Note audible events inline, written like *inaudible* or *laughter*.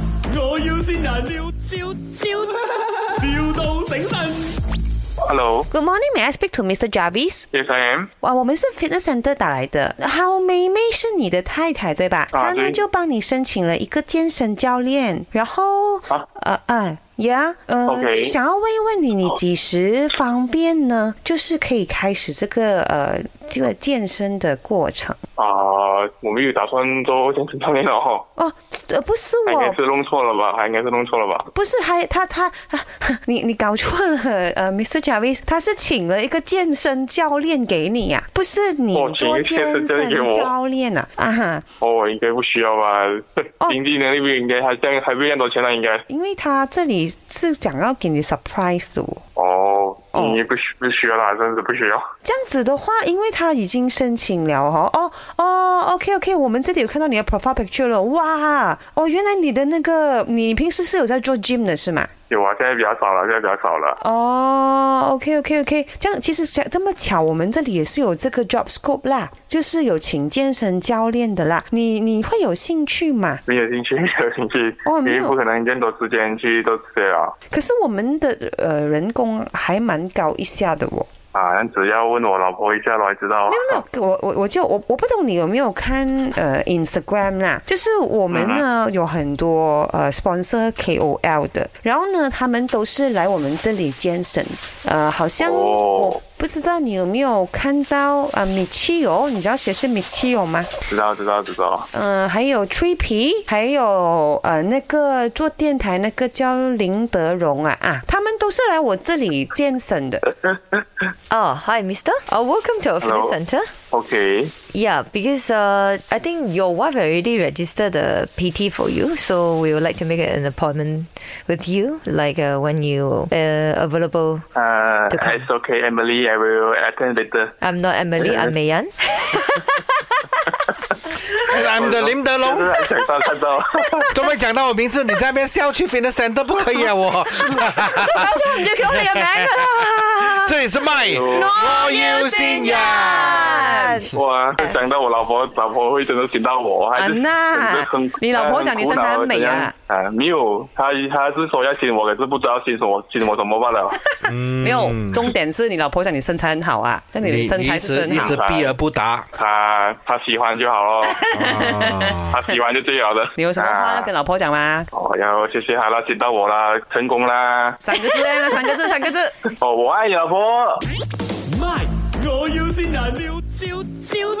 要先人，笑笑笑，,笑到醒神。 Hello, Good morning, may I speak to Mr. Jarvis？ yes I am。哇，我们是 Fitness Center 打来的。好，梅梅是你的太太对吧？啊她呢对就帮你申请了一个健身教练，然后啊呃哎。呀，呃 OK 想要问一问你，你几时方便呢？就是可以开始这个呃这个健身的过程啊、我没有打算做健身教练了哦，哦。呃，不是他应该我，是弄错了吧？他应该是弄错了吧？不是还他他、 *laughs* 啊你你搞错了，呃，Mr. Jarvis，他是请了一个健身教练给你呀、不是你哦请一做个健健身教练给身我教练啊？啊哈，哦，应该不需要吧？哦 *laughs* 经济能力不应该，还这样还不一样多钱呢？应该因为他这里是想要给你 surprise 的、哦。哦，哦你不需不需要啦，真是不需要。这样子的话，因为他已经申请了哈、哦，哦哦，OK OK，我们这里有看到你的 profile picture 了，哇，哦，原来你的那个，你平时是有在做 gym 的是吗？有啊，现在比较少了，现在比较少了。哦，OK OK OK，这样其实像这么巧，我们这里也是有这个 job scope 啦，就是有请健身教练的啦，你你会有兴趣吗？没有 *laughs* 兴趣，没有兴趣，哦没有因为不可能这么多时间去做这些啊。可是我们的呃人工还蛮高一下的哦。啊，只要问我老婆一下来知道。没有，没有，我我我就我我不懂你有没有看呃 Instagram 啦，就是我们呢、有很多呃 sponsor KOL 的，然后呢他们都是来我们这里健身，呃好像哦我不知道你有没有看到啊、呃、米奇友，你知道谁是米奇友吗？知道，知道，知道。嗯、还有 Trippy，还有呃那个做电台那个叫林德荣啊啊，他们都是来我这里健身的。 *laughs* Oh, hi, mister. Uh, welcome to our fitness Hello. center. OK， Yeah, because uh, I think your wife already registered the PT for you, so we would like to make an appointment with you, like uh, when you uh, available. 呃、 To come. i t s OK, Emily, I will attend *laughs* later. I'm not Emily, I'm Mayan. And *laughs* I'm the 林德就龙是，很想到哦看到。都没讲到我名字，你在那边笑去 fitness center 不可以 *laughs* 啊！我你就叫你嘅名啊！这里是麦，我要新人。哇，想到我老婆，老婆会真的想到我，还是啊那真的很你老婆想你身材很美啊？呃很苦恼怎样啊，没有，她她是说要亲我，可是不知道亲什么，亲我怎么办 *laughs* 了？嗯没有，重点是你老婆讲你身材很好啊，但你的身一材是直真一好直。避而不答，她她喜欢就好咯，她喜欢就最好的。你有什么话要啊跟老婆讲吗？哦，要谢谢她啦，亲到我啦，成功啦！三个字啊，三个字，三个字。哦，我爱你老婆。 My，我要先人，笑笑笑，